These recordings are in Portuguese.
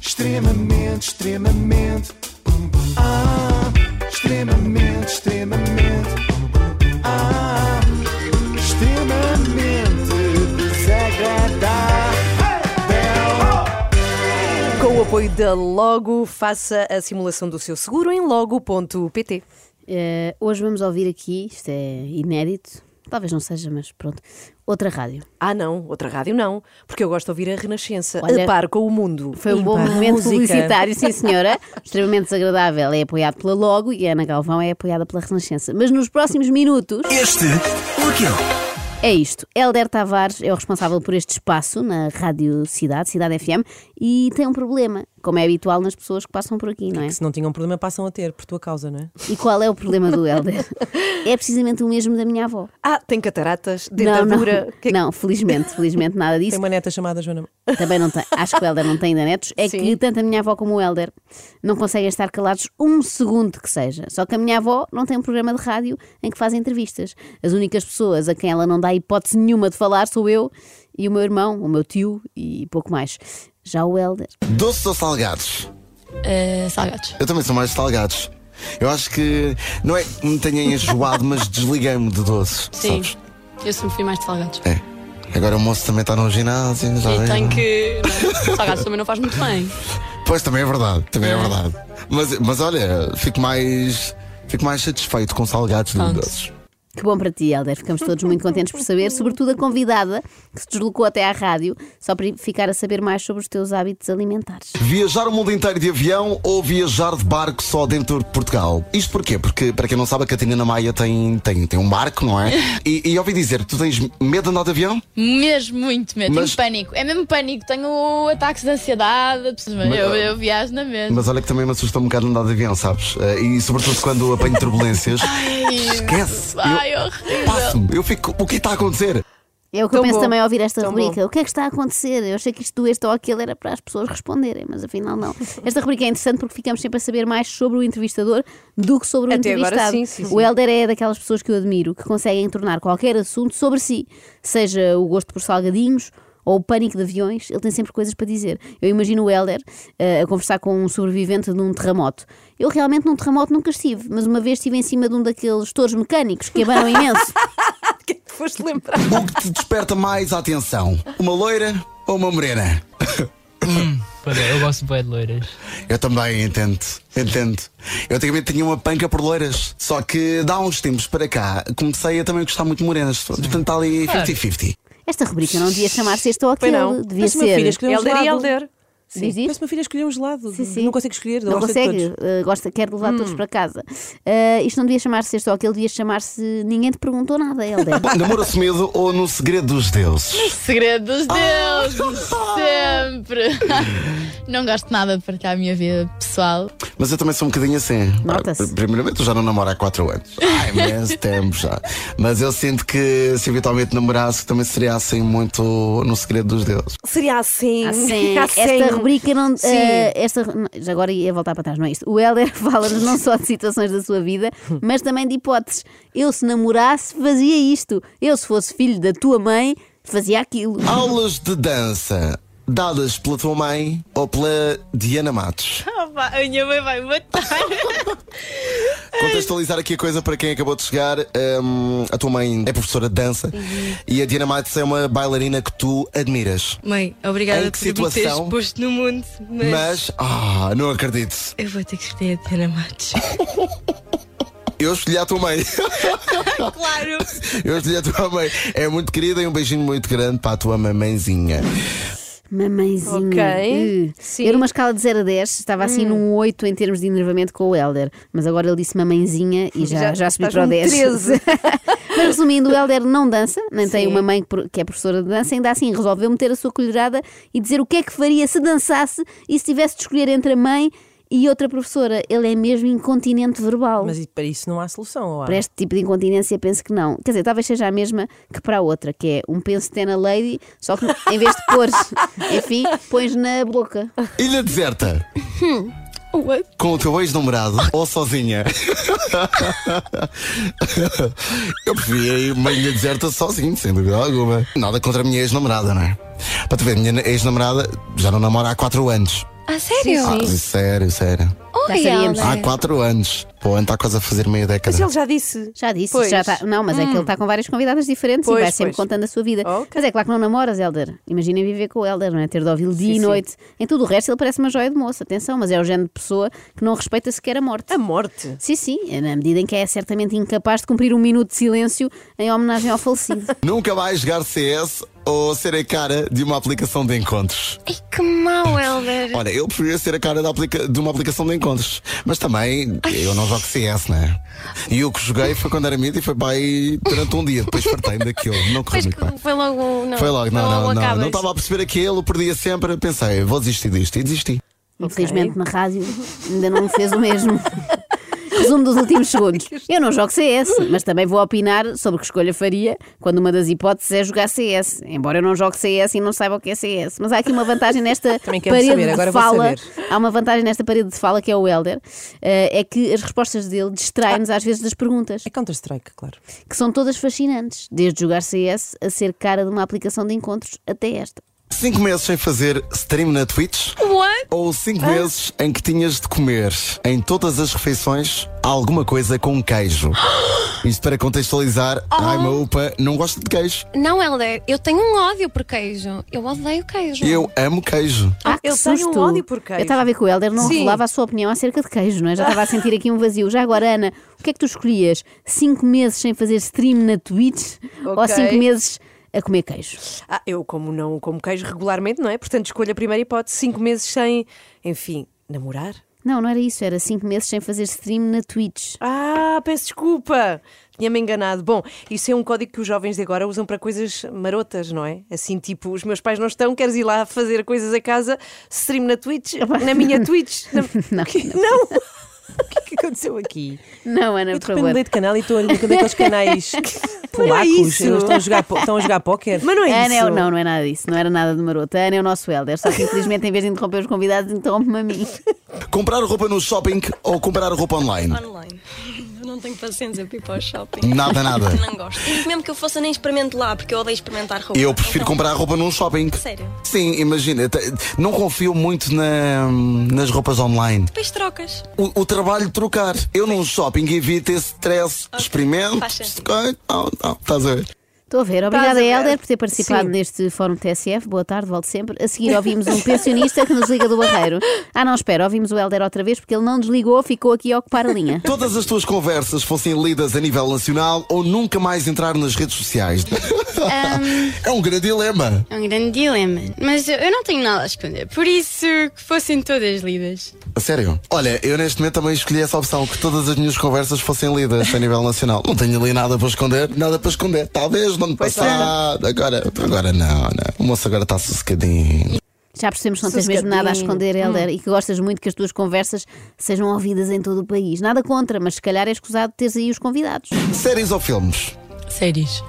Extremamente, extremamente. Ah, extremamente, extremamente. Ah, extremamente desagradável. Com o apoio da Logo, faça a simulação do seu seguro em logo.pt. Eh, hoje vamos ouvir aqui, isto é inédito, talvez não seja, mas pronto, outra rádio. Ah, não, outra rádio não, porque eu gosto de ouvir a Renascença, Olha, a par com o mundo. Foi um Ímpar. bom momento Música. publicitário, sim senhora. Extremamente desagradável. É apoiado pela Logo e a Ana Galvão é apoiada pela Renascença. Mas nos próximos minutos Este ou aquele. é isto. Helder Tavares é o responsável por este espaço na Rádio Cidade, Cidade FM, e tem um problema, como é habitual nas pessoas que passam por aqui, não é? Se não tinham problema, passam a ter, por tua causa, não é? E qual é o problema do Helder? É precisamente o mesmo da minha avó. Ah, tem cataratas, dentadura. não, que- é não, felizmente, feltelizmente nada disso. Tem uma neta chamada Joana. Também não tem. Acho que o Helder não tem ainda netos. É Sim. que tanto a minha avó como o Helder não conseguem estar calados um segundo que seja. Só que a minha avó não tem um programa de rádio em que faz entrevistas. As únicas pessoas a quem ela não dá hipótese nenhuma de falar sou eu e o meu irmão, o meu tio e pouco mais. Já o Helder. Doces ou salgados? Eh, salgados. Eu também sou mais de salgados. Eu acho que não é que me tenha enjoado, mas desliguei-me de doces. Sim. sabes? Eu sempre fui mais de salgados. É. Agora o moço também está no ginásio. Ah, Já E vem. é? tenho que. não, Salgados também não faz muito bem. Pois também é verdade, também é verdade. Mas, mas olha, fico mais. Fico mais satisfeito com salgados do que Pronto. doces. Que bom para ti, Helder. Ficamos todos muito contentes por saber, sobretudo a convidada que se deslocou até à rádio só para ficar a saber mais sobre os teus hábitos alimentares. Viajar o mundo inteiro de avião ou viajar de barco só dentro de Portugal? Isto porquê? Porque, para quem não sabe, a Catarina Maia tem, tem, tem um barco, não é? E, e ouvi dizer, tu tens medo de andar de avião? Mesmo, muito medo. Mas- Tenho pânico. É mesmo pânico. Tenho ataques de ansiedade. Mas eu, eu viajo na mesma. Mas olha que também me assusta um bocado andar de avião, sabes? Eh, E sobretudo quando apanho turbulências. Esquece! Ai, Eu- horrível. Passo-me, eu fico. O que está a acontecer? É o que Tão eu penso bom. também ao ouvir esta Tão rubrica. O que é que está a acontecer? Eu achei que isto do este ou aquele era para as pessoas responderem, mas afinal não. Esta rubrica é interessante porque ficamos sempre a saber mais sobre o entrevistador do que sobre o Até agora, entrevistado. sim, sim, sim. O Helder é daquelas pessoas que eu admiro que conseguem tornar qualquer assunto sobre si, seja o gosto por salgadinhos. Ou o pânico de aviões, ele tem sempre coisas para dizer. Eu imagino o Helder eh, a conversar com um sobrevivente de um terremoto. Eu realmente num terremoto nunca estive, mas uma vez estive em cima de um daqueles touros mecânicos que abanam imenso. Que é que foste lembrar? O que te desperta mais a atenção? Uma loira ou uma morena? Pois é, eu gosto bem de loiras. Eu também entendo, entendo. Eu antigamente tinha uma panca por loiras, só que dá uns tempos para cá comecei a também gostar muito de morenas. Portanto, está ali 50-50. Esta rubrica não devia chamar-se este ou Foi aquele. não. Devia Mas ser. uma filha escolheu um Helder e gelado. Helder. Diz isto? Mas uma filha escolheu um gelado. Sim, sim. Não consegue escolher, Não gosta de consegue, todos. eh, gosta, quer levar todos para casa. Eh, isto não devia chamar-se este ou aquele, devia chamar-se Ninguém te perguntou nada, Helder. Bom, namoro assumido ou no segredo dos deuses? Segredo dos Ah! deuses. Sempre. Não gosto nada de partilhar a minha vida pessoal. Mas eu também sou um bocadinho assim. Nota-se. Ah, Primeiramente, eu já não namoro há 4 anos. Há imenso tempo já. Mas eu sinto que se eventualmente namorasse, também seria assim muito no segredo dos deuses. Seria assim. Assim, esta rubrica não. Sim. eh, esta, já agora ia voltar para trás, não é isto? O Helder fala-nos não só de situações da sua vida, mas também de hipóteses. Eu, se namorasse, fazia isto. Eu, se fosse filho da tua mãe, fazia aquilo. Aulas de dança dadas pela tua mãe ou pela Diana Matos? Opa, Ah, a minha mãe vai me matar. Contextualizar aqui a coisa para quem acabou de chegar. hum, a tua mãe é professora de dança Uhum. e a Diana Matos é uma bailarina que tu admiras. Mãe, obrigada Em que por me teres situação? posto no mundo, mas, Mas, ah, não acredito. eu vou ter que escolher a Diana Matos. Eu escolhi a tua mãe. claro! Eu escolhi a tua mãe. É muito querida e um beijinho muito grande para a tua mamãezinha. Mamãezinha. Ok, Uh. sim. Hum. Eu numa escala de 0 a 10, estava assim num 8 em termos de enervamento com o Helder. Mas agora ele disse mamãezinha e já, Já já, subi estás para o num 10. 13. Mas resumindo, o Helder não dança, nem tem Sim. uma mãe que pro- que é professora de dança, ainda assim resolveu meter a sua colherada e dizer o que é que faria se dançasse e se tivesse de escolher entre a mãe e outra professora. Ele é mesmo incontinente verbal. Mas para isso não há solução, ou há? Para este tipo de incontinência, penso que não. Quer dizer, talvez seja a mesma que para a outra, que é um pensetena lady, só que em vez de pôres, enfim, pões na boca. Ilha deserta. Com o teu ex-namorado ou sozinha? Eu preferia uma ilha deserta sozinho, sem dúvida alguma. Nada contra a minha ex-namorada, não é? Para te ver, a minha ex-namorada já não namora há 4 anos. Ah, sério? Ah, sério, sério. Oi, Já sabíamos. É. Ela. Há quatro anos. Pô, está quase a fazer meia década. Mas ele já disse. Já disse, Pois. Hum. já está. Não, mas é que ele está com várias convidadas diferentes Pois, e vai sempre pois. contando a sua vida. Ok. Mas é claro que não namoras, Helder. Imaginem viver com o Helder, não é? Ter de ouvi-lo dia e noite. Em tudo o resto, ele parece uma joia de moça, atenção, mas é o género de pessoa que não respeita sequer a morte. A morte. Sim, sim, é na medida em que é certamente incapaz de cumprir um minuto de silêncio em homenagem ao falecido. Nunca mais jogar CS ou ser a cara de uma aplicação de encontros. Ai, que mau, Helder. Olha, eu preferia ser a cara da aplica- de uma aplicação de encontros. Mas também, eu não jogo CS, né? E o que joguei foi quando era miúdo e foi para aí durante um dia. Depois fartei daquilo. Não correu Pois muito bem. que foi logo. um- Não, Foi logo, não, não, não. acabas. Não estava a perceber aquilo, perdia sempre. Pensei, vou desistir disto. E desisti. Infelizmente, na rádio, ainda não fez o mesmo. Resumo dos últimos segundos. Eu não jogo CS, mas também vou opinar sobre que escolha faria quando uma das hipóteses é jogar CS. Embora eu não jogue CS e não saiba o que é CS. Mas há aqui uma vantagem nesta Também quero parede saber, de agora vou fala. saber. Há uma vantagem nesta parede de fala que é o Helder. eh, é que as respostas dele distraem-nos às vezes das perguntas, É Counter-Strike, claro. que são todas fascinantes. Desde jogar CS a ser cara de uma aplicação de encontros até esta. Cinco meses sem fazer stream na Twitch. What? Ou cinco Ah. meses em que tinhas de comer em todas as refeições alguma coisa com queijo. Isto para contextualizar, Ah. ai meu upa, não gosto de queijo. Não, Helder, eu tenho um ódio por queijo. Eu odeio queijo. Eu amo queijo. Ah, que ele tem um susto. ódio por queijo. Eu estava a ver que o Helder não Sim. revelava a sua opinião acerca de queijo, não é? Já estava a sentir aqui um vazio. Já agora, Ana, o que é que tu escolhias? Cinco meses sem fazer stream na Twitch ou Ok. cinco meses a comer queijo? Ah, eu como não como queijo regularmente, não é? Portanto, escolho a primeira hipótese. Cinco meses sem, enfim, namorar. Não, não era isso. Era cinco meses sem fazer stream na Twitch. Ah, peço desculpa. Tinha-me enganado. Bom, isso é um código que os jovens de agora usam para coisas marotas, não é? Assim, tipo, os meus pais não estão, queres ir lá fazer coisas a casa, stream na Twitch, na minha Twitch. Na... Não, Que- não. O que é que aconteceu aqui? Não, Eu Ana, de repente por favor. mudei de canal e estou a olhar é daqueles canais polacos. isso. Eles estão a jogar, po- estão a jogar póquer. Mas não é isso. Ana, é o- não, não é nada disso. Não era nada de maroto. Ana é o nosso Helder. Só que infelizmente, em vez de interromper os convidados, interrompe-me a mim. Comprar roupa no shopping ou comprar roupa online? Online. Eu não tenho paciência para ir para o shopping. Nada, nada. Não gosto. E mesmo que eu fosse, eu nem experimento lá, porque eu odeio experimentar roupa. Eu prefiro Então, comprar roupa num shopping. Sério? Sim, imagina. te- Não confio muito na- nas roupas online. Depois trocas. O, o trabalho de trocar. Eu num shopping evito esse stress. Experimento. faz sentido. Ah, Não, não, estás a ver? Estou a ver. Obrigada, Estás a ver? Helder, por ter participado Sim. neste Fórum TSF. Boa tarde, volto sempre. A seguir ouvimos um pensionista que nos liga do barreiro. Ah, não, espera, ouvimos o Helder outra vez porque ele não desligou, ficou aqui a ocupar a linha. Todas as tuas conversas fossem lidas a nível nacional ou nunca mais entrar nas redes sociais. é um grande dilema. É um grande dilema. Mas eu, eu não tenho nada a esconder. Por isso que fossem todas lidas. A sério? Olha, eu neste momento também escolhi essa opção, que todas as minhas conversas fossem lidas a nível nacional. Não tenho ali nada para esconder, nada para esconder. Talvez no ano passado. Agora, agora não, não. O moço agora está sossegadinho. Já percebemos que não tens mesmo nada a esconder, Helder, e que gostas muito que as tuas conversas sejam ouvidas em todo o país. Nada contra, mas se calhar é escusado teres aí os convidados. Séries ou filmes? Séries.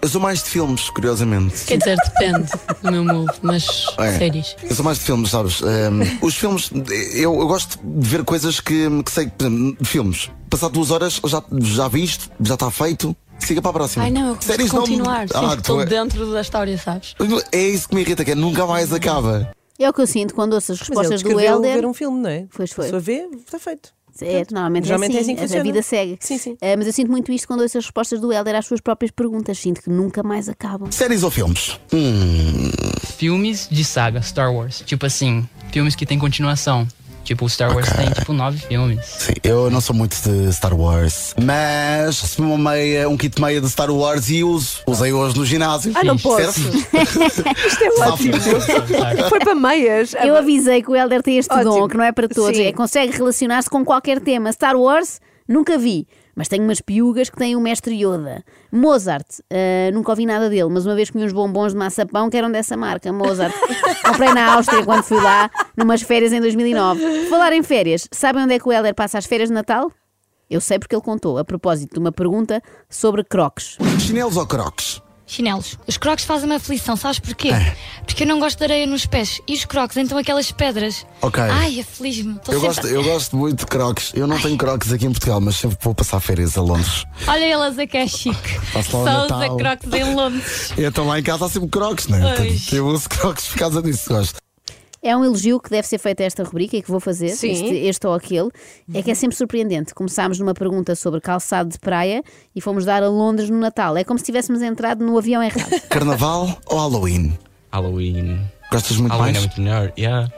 Eu sou mais de filmes, curiosamente. Quer dizer, depende do meu mood, mas É. séries. Eu sou mais de filmes, sabes? Ehm, os filmes, eu, eu gosto de ver coisas que, que sei, por exemplo, filmes. Passar duas horas, já, já vi isto, já está feito, siga para a próxima. Ai não, eu Séries preciso continuar. Ah, Sinto que tu estou é- dentro da história, sabes? É isso que me irrita, que é nunca mais acaba. É o que eu sinto quando ouço as Mas ele respostas do escreveu Helder. ver um filme, não é? Pois foi. A pessoa vê, está feito. É, normalmente, Geralmente é é assim, assim que a- a funciona. vida segue. Sim, sim. Ah, mas eu sinto muito isto quando ouço as respostas do Helder às suas próprias perguntas. Sinto que nunca mais acabam. Séries ou filmes? Hum, Filmes de saga Star Wars. Tipo assim, filmes que tem continuação. Tipo, o Star Wars tem tipo nove filmes. sim, eu não sou muito de Star Wars, mas recebi uma meia, um kit meia de Star Wars e uso. Usei hoje no ginásio. Ah, não Sim, posso. Serve? Isto é ótimo. Foi para meias. Eu avisei que o Helder tem este Ótimo. dom, que não é para todos. Sim. É, consegue relacionar-se com qualquer tema. Star Wars, nunca vi. Mas tenho umas piugas que têm o mestre Yoda. Mozart, ah, nunca ouvi nada dele, mas uma vez comi uns bombons de maçapão que eram dessa marca, Mozart. Comprei na Áustria quando fui lá, numas férias em 2009. Falar em férias, sabem onde é que o Helder passa as férias de Natal? Eu sei porque ele contou, a propósito de uma pergunta sobre crocs. Chinelos ou crocs? Chinelos. Os crocs fazem-me aflição, sabes porquê? É. Porque eu não gosto de areia nos pés. E os crocs, então aquelas pedras. Ok. Ai, aflige-me. Tô Eu sempre- gosto, eu gosto muito de crocs. Eu não tenho crocs aqui em Portugal, mas sempre vou passar férias a Londres. Olha elas a que é chique. Passa Só lá o usa Natal. crocs em Londres. É Eu estou lá em casa há sempre assim crocs, né? Pois. Eu uso crocs por causa disso, gosto. É um elogio que deve ser feito a esta rubrica e que vou fazer, Sim. este, este ou aquele. É que é sempre surpreendente. Começámos numa pergunta sobre calçado de praia e fomos dar a Londres no Natal. É como se tivéssemos entrado no avião errado. Carnaval ou Halloween? Halloween. Gostas muito Halloween mais? é muito melhor, yeah.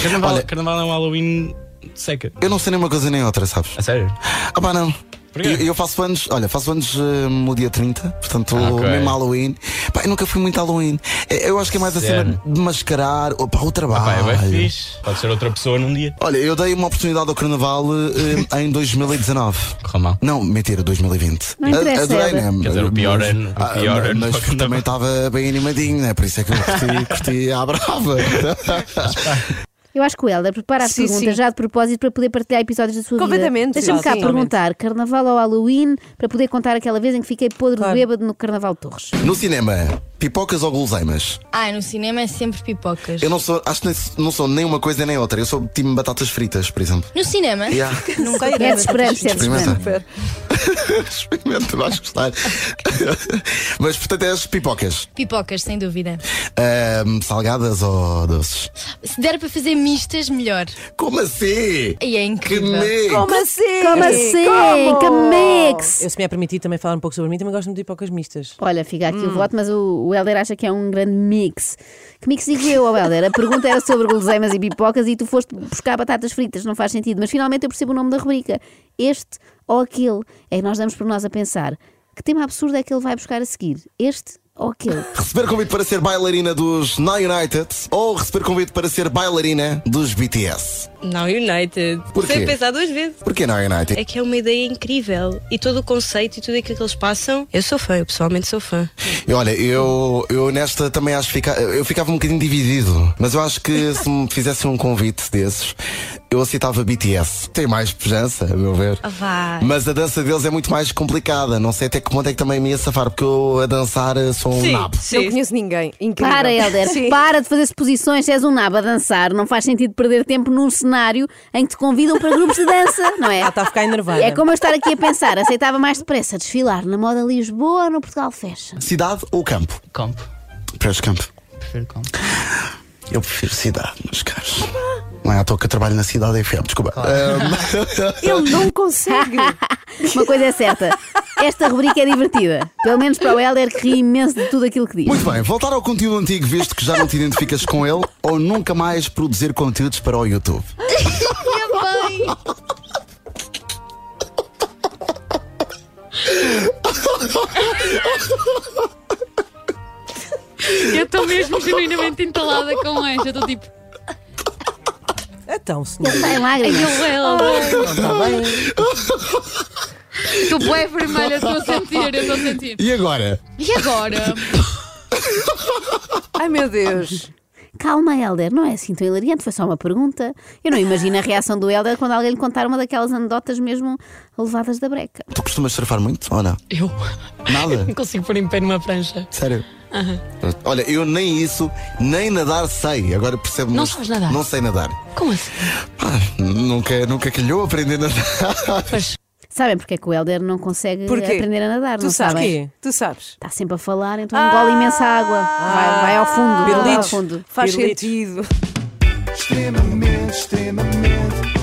Carnaval, Olha- carnaval é um Halloween seca. Eu não sei nem uma coisa nem outra, sabes? A sério? Ah, pá, não. Porquê? Eu, eu faço anos, olha, faço anos eh, no dia 30, portanto, Ah, ok. mesmo Halloween. Pá, eu nunca fui muito Halloween. Eh, Eu acho que é mais a Sério? cena de mascarar, ou, pá, o Pá, é trabalho. bem fixe. Pode ser outra pessoa num dia. Olha, eu dei uma oportunidade ao carnaval eh, em 2019. Correu Não, mentira, 2020. Não interessa, Adorei, Helder. né? Quer dizer, o pior Mas- ano- o ah, pior é ano Mas para o também estava bem animadinho, né? Por isso é que eu curti, curti à brava. Eu acho que o Helder prepara as Sim, perguntas sim. já de propósito para poder partilhar episódios da sua Completamente, vida. Deixa-me sim, cá sim. perguntar: carnaval ou Halloween? Para poder contar aquela vez em que fiquei podre de bêbado no Carnaval de Torres. no cinema, pipocas ou guloseimas? Ai, no cinema é sempre pipocas. Eu não sou, acho que nem- não sou nem uma coisa nem outra. Eu sou time batatas fritas, por exemplo. No cinema? Yeah. Nunca É desesperante, é Experimenta. desesperante. Experimenta, vais gostar. Mas portanto é as pipocas. Pipocas, sem dúvida. Ahm, salgadas ou doces? Se der para fazer mistas, melhor. Como assim? E é incrível. Que mix. Como assim? Como assim? Que mix! Eu, se me é permitido também falar um pouco sobre mim, também gosto muito de pipocas mistas. Olha, fica aqui o voto, mas o, o Helder acha que é um grande mix. Que mix digo eu, ó Helder? A pergunta era sobre guloseimas e pipocas e tu foste buscar batatas fritas, não faz sentido. Mas finalmente eu percebo o nome da rubrica. Este ou aquele. É que nós damos por nós a pensar. Que tema absurdo é que ele vai buscar a seguir? Este ou aquele? Receber convite para ser bailarina dos Na United ou receber convite para ser bailarina dos BTS? Não, United. Porquê? Sem pensar duas vezes. Porquê Na United? É que é uma ideia incrível. E todo o conceito e tudo aquilo que eles passam, eu sou fã, eu pessoalmente sou fã. E Olha, eu, eu nesta também acho que fica, eu ficava um bocadinho dividido, mas eu acho que se me fizesse um convite desses, eu aceitava BTS. Tem mais pujança, a meu ver. Ah, vá. Mas a dança deles é muito mais complicada. Não sei até que ponto é que também me ia safar, porque eu a dançar eh, sou um nabo. Não conheço ninguém. Incrível. Para, Helder, Sim. para de fazer suposições, se és um nabo a dançar, não faz sentido perder tempo num cenário em que te convidam para grupos de dança, não é? Ah, tá está a ficar enervada. É como eu estar aqui a pensar, aceitava mais depressa desfilar na moda Lisboa ou no Portugal Fashion. Cidade ou campo? Campo. Preferes campo? Prefiro campo. Eu prefiro cidade, meus caros. Não é à toa que eu trabalho na cidade FM, desculpa. Ele não consegue. Uma coisa é certa, esta rubrica é divertida. Pelo menos para o Helder, que ri imenso de tudo aquilo que diz. Muito bem, voltar ao conteúdo antigo, visto que já não te identificas com ele, ou nunca mais produzir conteúdos para o YouTube. Eu estou mesmo genuinamente entalada com esta. Eu estou tipo. Então, senhor. Ele está em lágrimas. Estou bué vermelha, estou a sentir, eu estou a sentir. E agora? E agora? Ai meu Deus. Calma, Helder, não é assim tão hilariante, foi só uma pergunta. Eu não imagino a reação do Helder quando alguém lhe contar uma daquelas anedotas mesmo levadas da breca. Tu costumas surfar muito ou não? Eu. Nada? Não consigo pôr em pé numa prancha. Sério? Olha, eu nem isso, nem nadar sei. Agora percebo Não mas sabes nadar? Não sei nadar. Como assim? Ah, nunca, nunca calhou aprender a nadar. Sabem porque é que o Helder não consegue Porquê? aprender a nadar? Tu não sabes sabem? quê? Tu sabes. Está sempre a falar, então engole imensa água. Vai, vai ao Ah, fundo, vai ao fundo. Faz Pirlitos. sentido. Extremamente, Ah, extremamente.